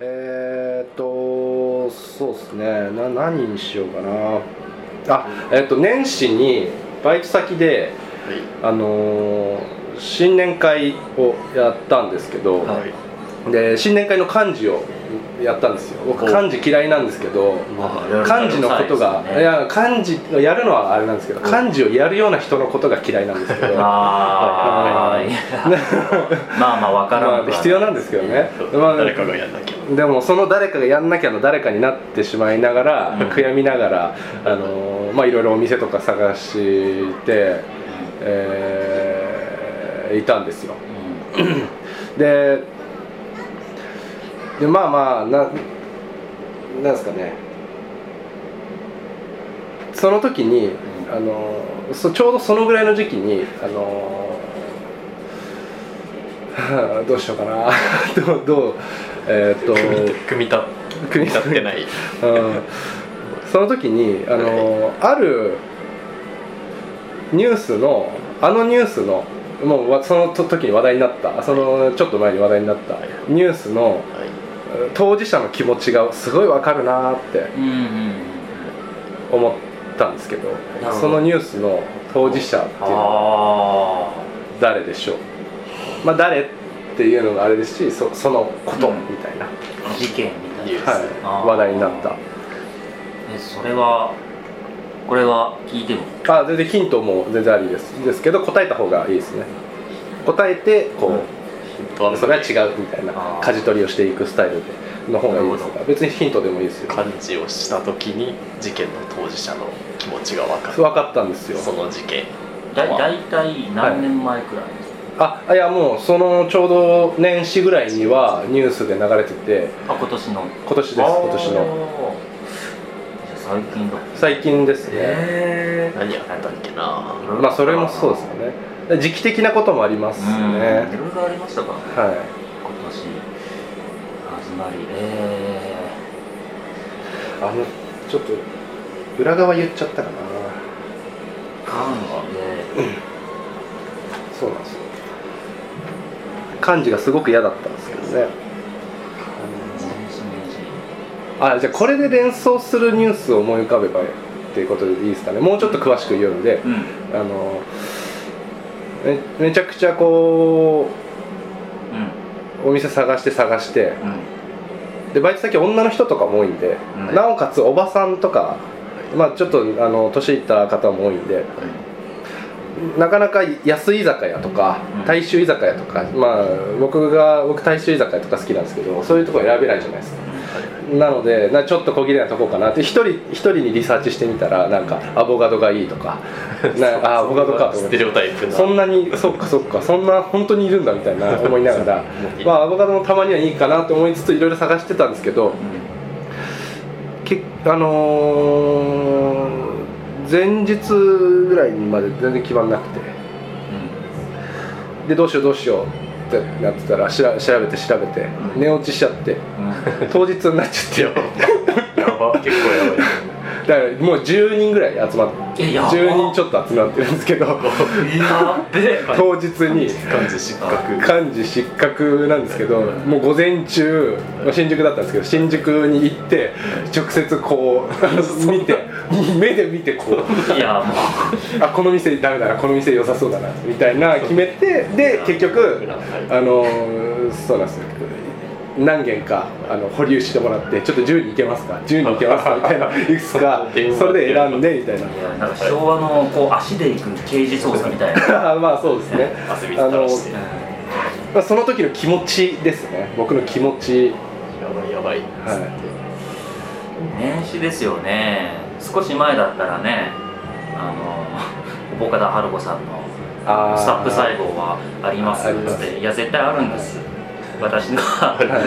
えー、っとそうですねな何にしようかなあえーっと年始にバイト先であのー新年会をやったんですけど、はいはいで新年会の幹事をやったんですよ僕お幹事嫌いなんですけどまあ幹事のことが、いや幹事をやるのはあれなんですけど幹事をやるような人のことが嫌いなんです けどああいやまあまあわからん まあ、必要なんですけどね、まあ、誰かがやんなきゃでもその誰かがやんなきゃの誰かになってしまいながら、うん悔やみながら、あのーまあ、いろいろお店とか探して、えーいたんですようんででまあまあななんですかねその時に、うんあのーそちょうどそのぐらいの時期にあのー どうしようかなどうどうえーっと組み立組み立ってないうんその時にあの、あるニュースのあのニュースのもうわそのと時に話題になったそのちょっと前に話題になったニュースの当事者の気持ちがすごいわかるなーってうんうんうん思ったんですけどなるほどそのニュースの当事者っていうのはあ誰でしょうまあ誰っていうのがあれですしそそのことうんみたいな、あ事件みたいニュなースはあーい、話題になったえそれはこれは聞いてもあ全然ヒントも全然ありですですけど答えた方がいいですね答えてこう、どんそなれは違うみたいなあー舵取りをしていくスタイルでの方がいいですなるほか別にヒントでもいいですよ感じをした時に事件の当事者の気持ちが分か分かったんでするよその事件だ大体何年前くらいですあいやもうそのちょうど年始ぐらいにはニュースで流れててか、あ今年の今年です今年のの最近だ最近ですね、へ何やったっけなーまあそれもそうですよねで時期的なこともありますようんいね、ろいろありましたからねはい今年始まりえあのちょっと裏側言っちゃったかなー、感でそうなんですよ漢字がすごく嫌だったんですけどね年始年始あじゃあこれで連想するニュースを思い浮かべばっていうことでいいですかねもうちょっと詳しく言うんでうんあのめめちゃくちゃこうお店探して探してうんでバイト先女の人とかも多いんで、うんなおかつおばさんとか、まあ、ちょっとあの年いった方も多いんでなかなか安い居酒屋とかうん大衆居酒屋とか、まあ僕が僕大衆居酒屋とか好きなんですけどそういうとこ選べないじゃないですかなのでなちょっと小切れなとこかなって一人一人にリサーチしてみたらなんかアボガドがいいと かなあアボガドかと思スってテレオタイプなそんなにそっかそっかそんな本当にいるんだみたいな 思いながらうんまあアボカドもたまにはいいかなと思いつついろいろ探してたんですけどけあのー前日ぐらいにまで全然決まんなくてでどうしようどうしようってなってたらしら調べて調べてうん寝落ちしちゃって当日になっちゃ ってやば 結構やばいだからもう10人ぐらい集まってえやば10人ちょっと集まってるんですけどうんうんやっべ当日に感じ失格幹事失格なんですけどもう午前中新宿だったんですけど新宿に行って直接こうあの見て目で見てこういやも あこの店ダメだなこの店良さそうだなみたいな決めてで結局あのーそうなんですよ何軒かあの保留してもらってちょっと10に行けますか10に行けます かみたいないくつかそれで選んでみたいなういやなんか昭和のこう足で行く刑事捜査みたいな あーまあそうですね遊びあたのらしてやまあその時の気持ちですね僕の気持ちばいやばいは年始ですよね少し前だったらねあの 岡田春子さんのあスタッフイ細胞はありますありまっすていや絶対あるんです私の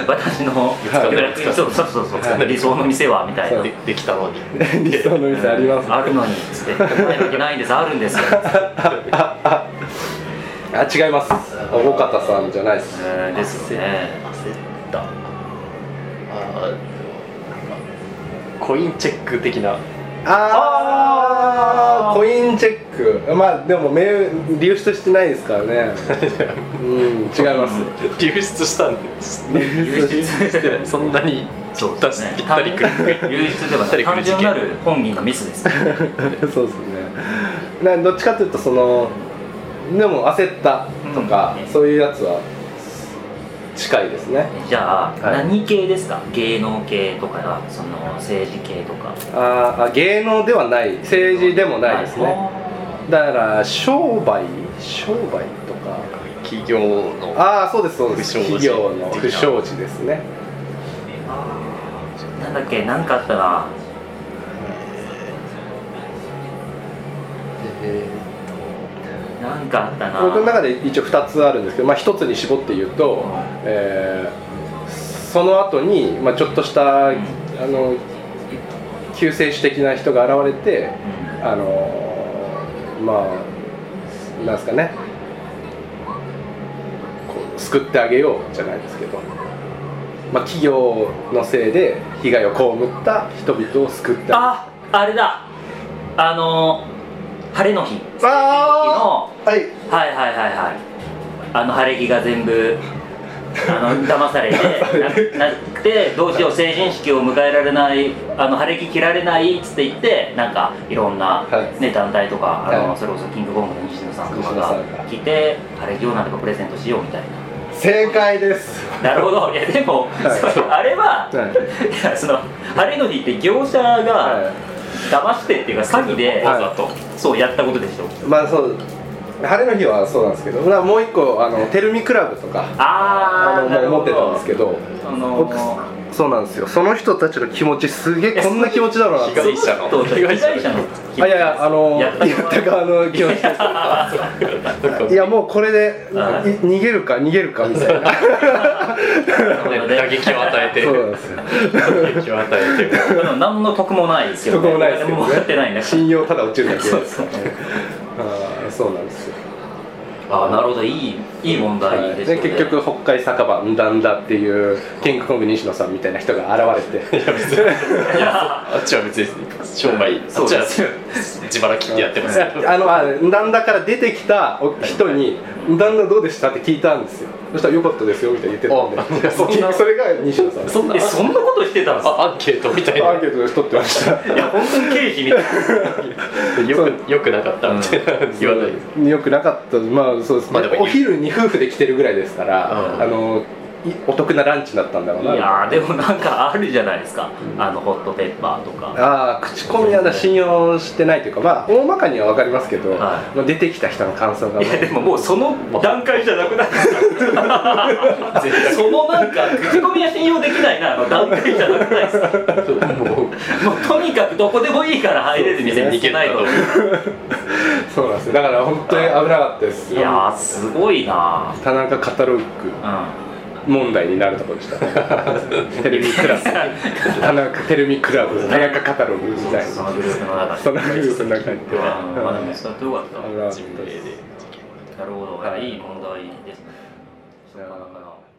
私のいつかそうそうそうそはう理想の店はみたいなそうでできたのに 理想の店あります、あるのにっつって答えるわけないんですあるんですよあ違います尾方さんじゃないですえーですよね焦ったあーでもなんかコインチェック的なああコインチェックまあでも名流出してないですから ねうん違います流出したんです流出出そんなに そうぴでっすたねりぴったりくる流出ではぴったない単りくる事純件なる本人のミスですねそうですねなどっちかというとそのでも焦ったとか、うんそういうやつは近いですねじゃあ、はい何系ですか芸能系とかその政治系とかあーあ芸能ではない政治でもないですねはだから商売商売とか企業のああそうですそうです不祥企事業の不祥事ですねあーなんだっけ何かあったなえ何かあったな僕の中で一応2つあるんですけど、まあ、1つに絞って言うと、うえーその後にまあ、ちょっとした、うんあの救世主的な人が現れてあのまあなんですかねこう救ってあげようじゃないですけど、まあ、企業のせいで被害を被った人々を救ってあああれだあの晴れの日げあのーはいはいはいはいはいあの晴れ着が全部 あの騙されてななってどうしよう成人式を迎えられないあの晴れ着着られないっつって言ってなんかいろんな、はいね、団体とかあの、はいそれこそキングコングの西野さんとか西野さがんが来て晴れ着をなんとかプレゼントしようみたい正解です、ななる ほどいやではも、いそれあれは、はいい、やその晴れの日って業者はがい騙してっていうか詐欺で、はいわざとそうやったことでしょまあそう晴れの日はそうなんですけどまあもう一個あのテルミクラブとかあああのもう持ってたんですけどあの僕ーそうなんですよその人たちの気持ちすげえこんな気持ちだろうなって被害者のそうそう被害者のあいやいやあのややっったた側側の気持ちです なんかいやもうこれでいはい逃げるか逃げるかみたいなね打撃を与え てそうなんですよ打撃を与 えてでも何の得もないです よ、ね、そこもないですけ誰ども分かってないんだね信用ただ落ちるだけそうそう あーそうなんですよああなるほどいいいい問題ですでよね結局北海酒場んだんだっていうキングコング西野さんみたいな人が現れていやあっちは別に商売そそうっちはですよ自腹切ってやってますけ どあのあなんだから出てきたお人に「だんだどうでした?」って聞いたんですよそしたら「よかったですよ」みたいな言って たんであそんなそれが西野さんですそんなえそんなことしてたんですかあアンケートみたいアなンケートで取ってましたいや本当に刑事みたいなよくよくなかったみたいな言わないですよくなかったまあそうですね、まあでもお昼に夫婦で来てるぐらいですから、うんあのいお得なランチだったんだろうないやーでもなんかあるじゃないですか、あのホットペッパーとかああ口コミはだ信用してないというかまあ大まかには分かりますけど、はいまあ、出てきた人の感想がいやでももうその段階じゃなくなって たそのなんか口コミは信用できないなの段階じゃなくないですかもうもうとにかくどこでもいいから入れる店に行けないとそうなんですよだから本当に危なかったですいやーすごいな田中カタログう問題になるところ でしたねテレビクラブ田中テレビクラブ田中カタログみたいんそなのグループの中でそんなニュースの中にうんまあでもそうやってよかっ危なかったでたす人命でなるほどいやいい問題ですねしょうがなかな